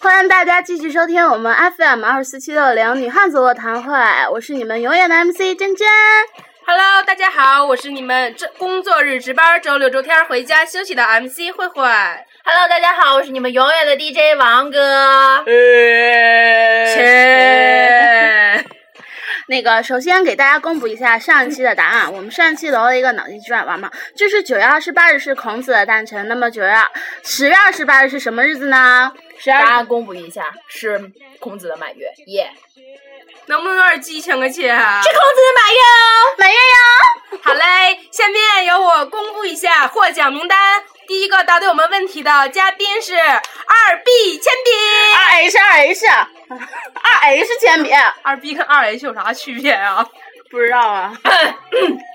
欢迎大家继续收听我们 FM 二四七六零女汉子卧谈会，我是你们永远的 MC 珍珍。 Hello，大家好，我是你们这工作日值班，周六周天回家休息的 MC 慧慧。 Hello，大家好，我是你们永远的 DJ 王哥。切，那个，首先给大家公布一下上一期的答 案。我们上一期留了一个脑筋急转弯嘛，就是九月二十八日是孔子的诞辰，那么九月十月二十八日是什么日子呢？十答二案公布一下，是孔子的满月，耶、能不能有点激情啊，切？是孔子的满月哦。满月呀！好嘞，下面由我公布一下获奖名单。第一个答对我们问题的嘉宾是二 B 铅笔。二 H 二 H 二 H 铅笔，二 B 跟二 H 有啥区别 啊？不知道啊。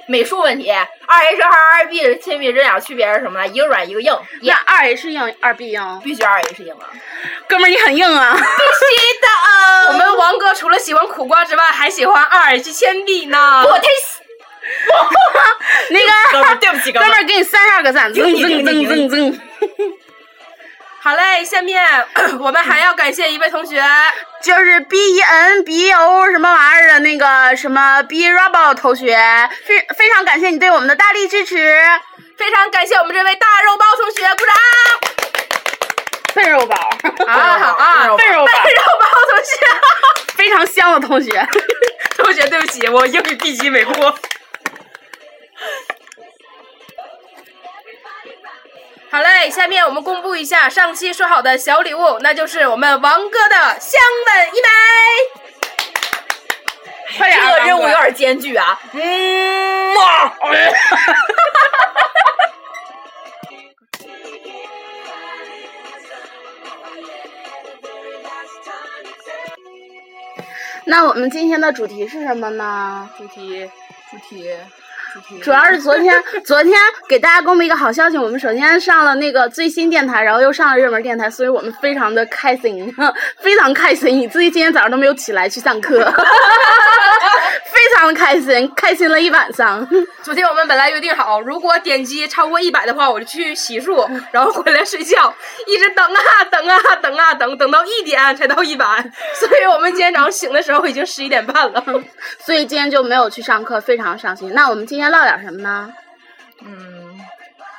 美术问题，二 H 和二 B 的铅笔这俩区别是什么呢？一个软，一个硬，耶、那二 H 硬，二 B 硬，必须二 H 硬啊！哥们儿你很硬啊！是的我们王哥除了喜欢苦瓜之外，还喜欢二 H 铅笔呢。 我 taste，那个 哥们儿，对不起，哥哥们儿给你三十二个赞，顶噌你噌顶噌你噌噌！好嘞，下面我们还要感谢一位同学，就是 B E N B O 什么玩意儿的那个什么 B Robot 同学，非非常感谢你对我们的大力支持。非常感谢我们这位大肉包同学，鼓掌！笨肉宝， 啊好啊，笨肉宝大，肉包同学，非常香的 同学。 同学对不起，我英语地级没过。好嘞，下面我们公布一下上期说好的小礼物，那就是我们王哥的香吻一百。快点这儿，个任务王有哥点啊艰巨啊！嗯， 哇那我们今天的主题是什么呢？主题，主题，主题主要是昨天，昨天给大家公布一个好消息，我们首先上了那个最新电台，然后又上了热门电台，所以我们非常的开心，非常开心。你自己今天早上都没有起来去上课， 非常的开心，开心了一晚上。昨天我们本来约定好，如果点击超过一百的话，我就去洗漱，然后回来睡觉，一直等啊等啊等啊等，等到一点才到一百，所以我们今天早上醒的时候已经十一点半了。所以今天就没有去上课，非常伤心。那我们今天唠点什么呢？嗯，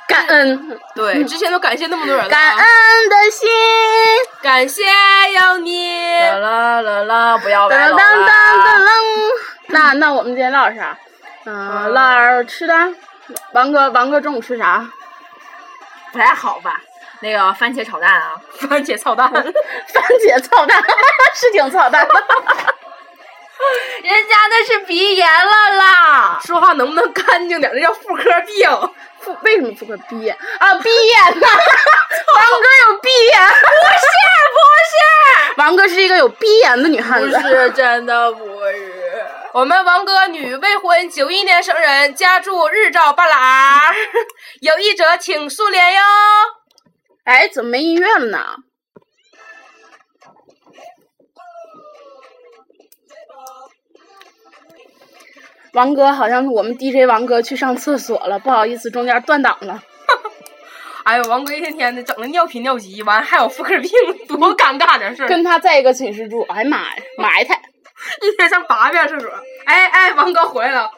感恩，对，之前都感谢那么多人了，啊感恩的心，感谢有你。啦啦啦啦，不要噔歪噔噔噔了啦！噔。那那我们今天唠啥？嗯，唠点儿吃的。王哥，王哥中午吃啥？不太好吧？那个番茄炒蛋啊，番茄操 蛋，番茄操蛋， 是挺操 蛋的。人家那是鼻炎了啦。说话能不能干净点？那叫妇科病。妇为什么妇科鼻炎啊？鼻炎 呐、王哥有鼻炎，啊不是不是，王哥是一个有鼻炎的女汉不子。是真的不是。我们王哥女未婚，九一年生人，家住日照半拉， 有意者请速联哟。哎，怎么没音乐了呢？王哥好像是我们 DJ 王哥去上厕所了，不好意思，中间断档了。哎呦，王哥一天天的整的尿频尿急，完还有妇科病，多尴尬这事儿！跟他在一个寝室住，哎妈呀，埋汰！一天上八遍厕所。哎哎，王哥回来了，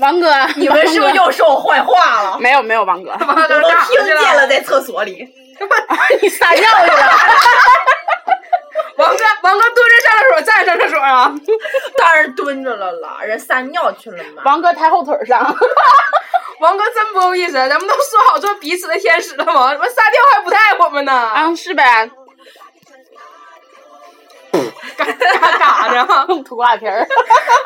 王哥，你们是不王哦是哥又说我坏话了？没有没有王哥？王我啊哥都干啥去听见了，在厕所里。你撒 尿去了？ 王哥，王哥蹲着上厕所，站着上厕所啊！ 当然蹲着了啦，人撒尿去了嘛。王哥抬后腿儿上， 王哥真不够意思，咱们都说好做彼此的天使了吗？怎么撒尿还不带我们呢？啊是呗，干干啥啊 呢？土瓜皮儿。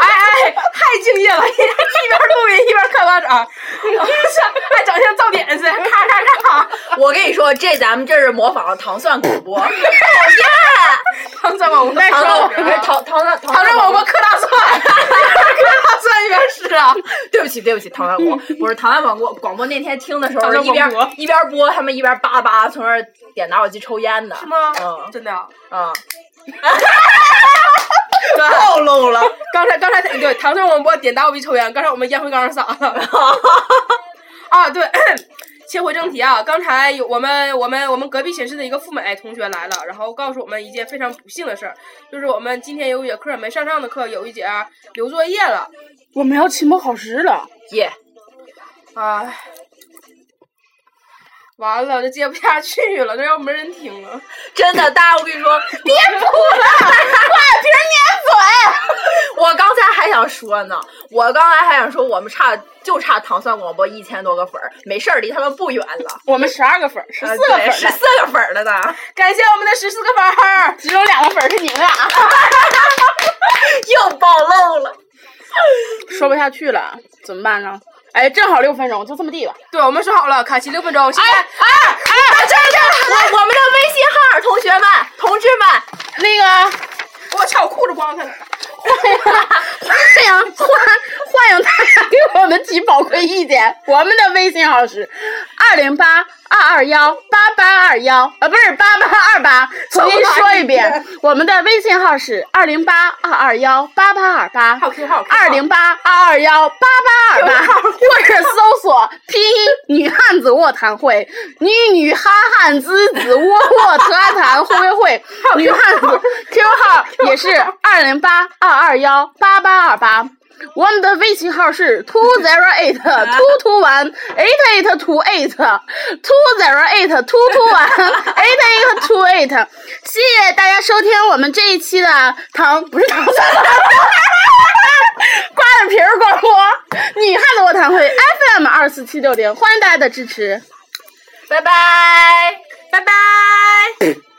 哎哎，太敬业了，一边录音一边看巴哎掌，像还长相造点似的，咔咔咔。我跟你说，这咱们这是模仿糖蒜广播，讨厌！唐三宝，我再糖说蒜我不是糖糖蒜唐三宝，我嗑大蒜， 嗑大蒜一边吃啊。对不起对不起，糖蒜广播不是糖蒜广播广播那天听的时候糖蒜一边广播一边播，他们一边叭叭从那儿点打火机抽烟呢。是吗？嗯真的啊。嗯。暴露 了，刚才刚才对唐宋广播点大我逼抽烟，刚才我们烟灰缸上撒了。啊，对， 切回正题啊，刚才有我们我们我们隔壁寝室的一个赴美同学来了，然后告诉我们一件非常不幸的事儿，就是我们今天有一节课没上上的课，有一节啊留作业了，我们要期末考试了，姐，唉，啊完了，这接不下去了，这要没人听了。真的，大家我跟你说，别补了，快别撵 嘴！我刚才还想说呢，我刚才还想说，我们差就差糖蒜广播一千多个粉儿，没事儿，离他们不远了，我们十二个粉儿，十四个粉啊对，十儿呢，四个粉儿了呢，感谢我们的十四个粉儿，只有两个粉儿是你们 俩， 又暴露了。 说不下去了，怎么办呢？哎，正好六分钟，就这么地吧。对，我们说好了，卡奇六分钟，现在、哎哎，这这，我我们的微信号，同学们、同志们，那个，我操，裤子光了。欢迎欢欢迎大家给我们提宝贵意见。我们的微信号是二零八二二幺八八二幺啊，不是八八二八。重新说一 遍，我们的微信号是二零八二二幺八八二八。还有 Q 号，Q 号二零八二二幺八八二八，或者搜索拼音女汉子卧谈会，女女哈汉之子窝窝谈谈会会会，女汉子 Q 号也是二零八二二幺八八二八。我们的微信号是 two zero eight two two one eight eight two eight two zero eight two two one eight eight two eight。谢谢大家收听我们这一期的糖不是糖蒜 广播。瓜子皮儿广播，女汉子卧谈会 FM 二四七六零，欢迎大家的支持。拜拜，拜拜。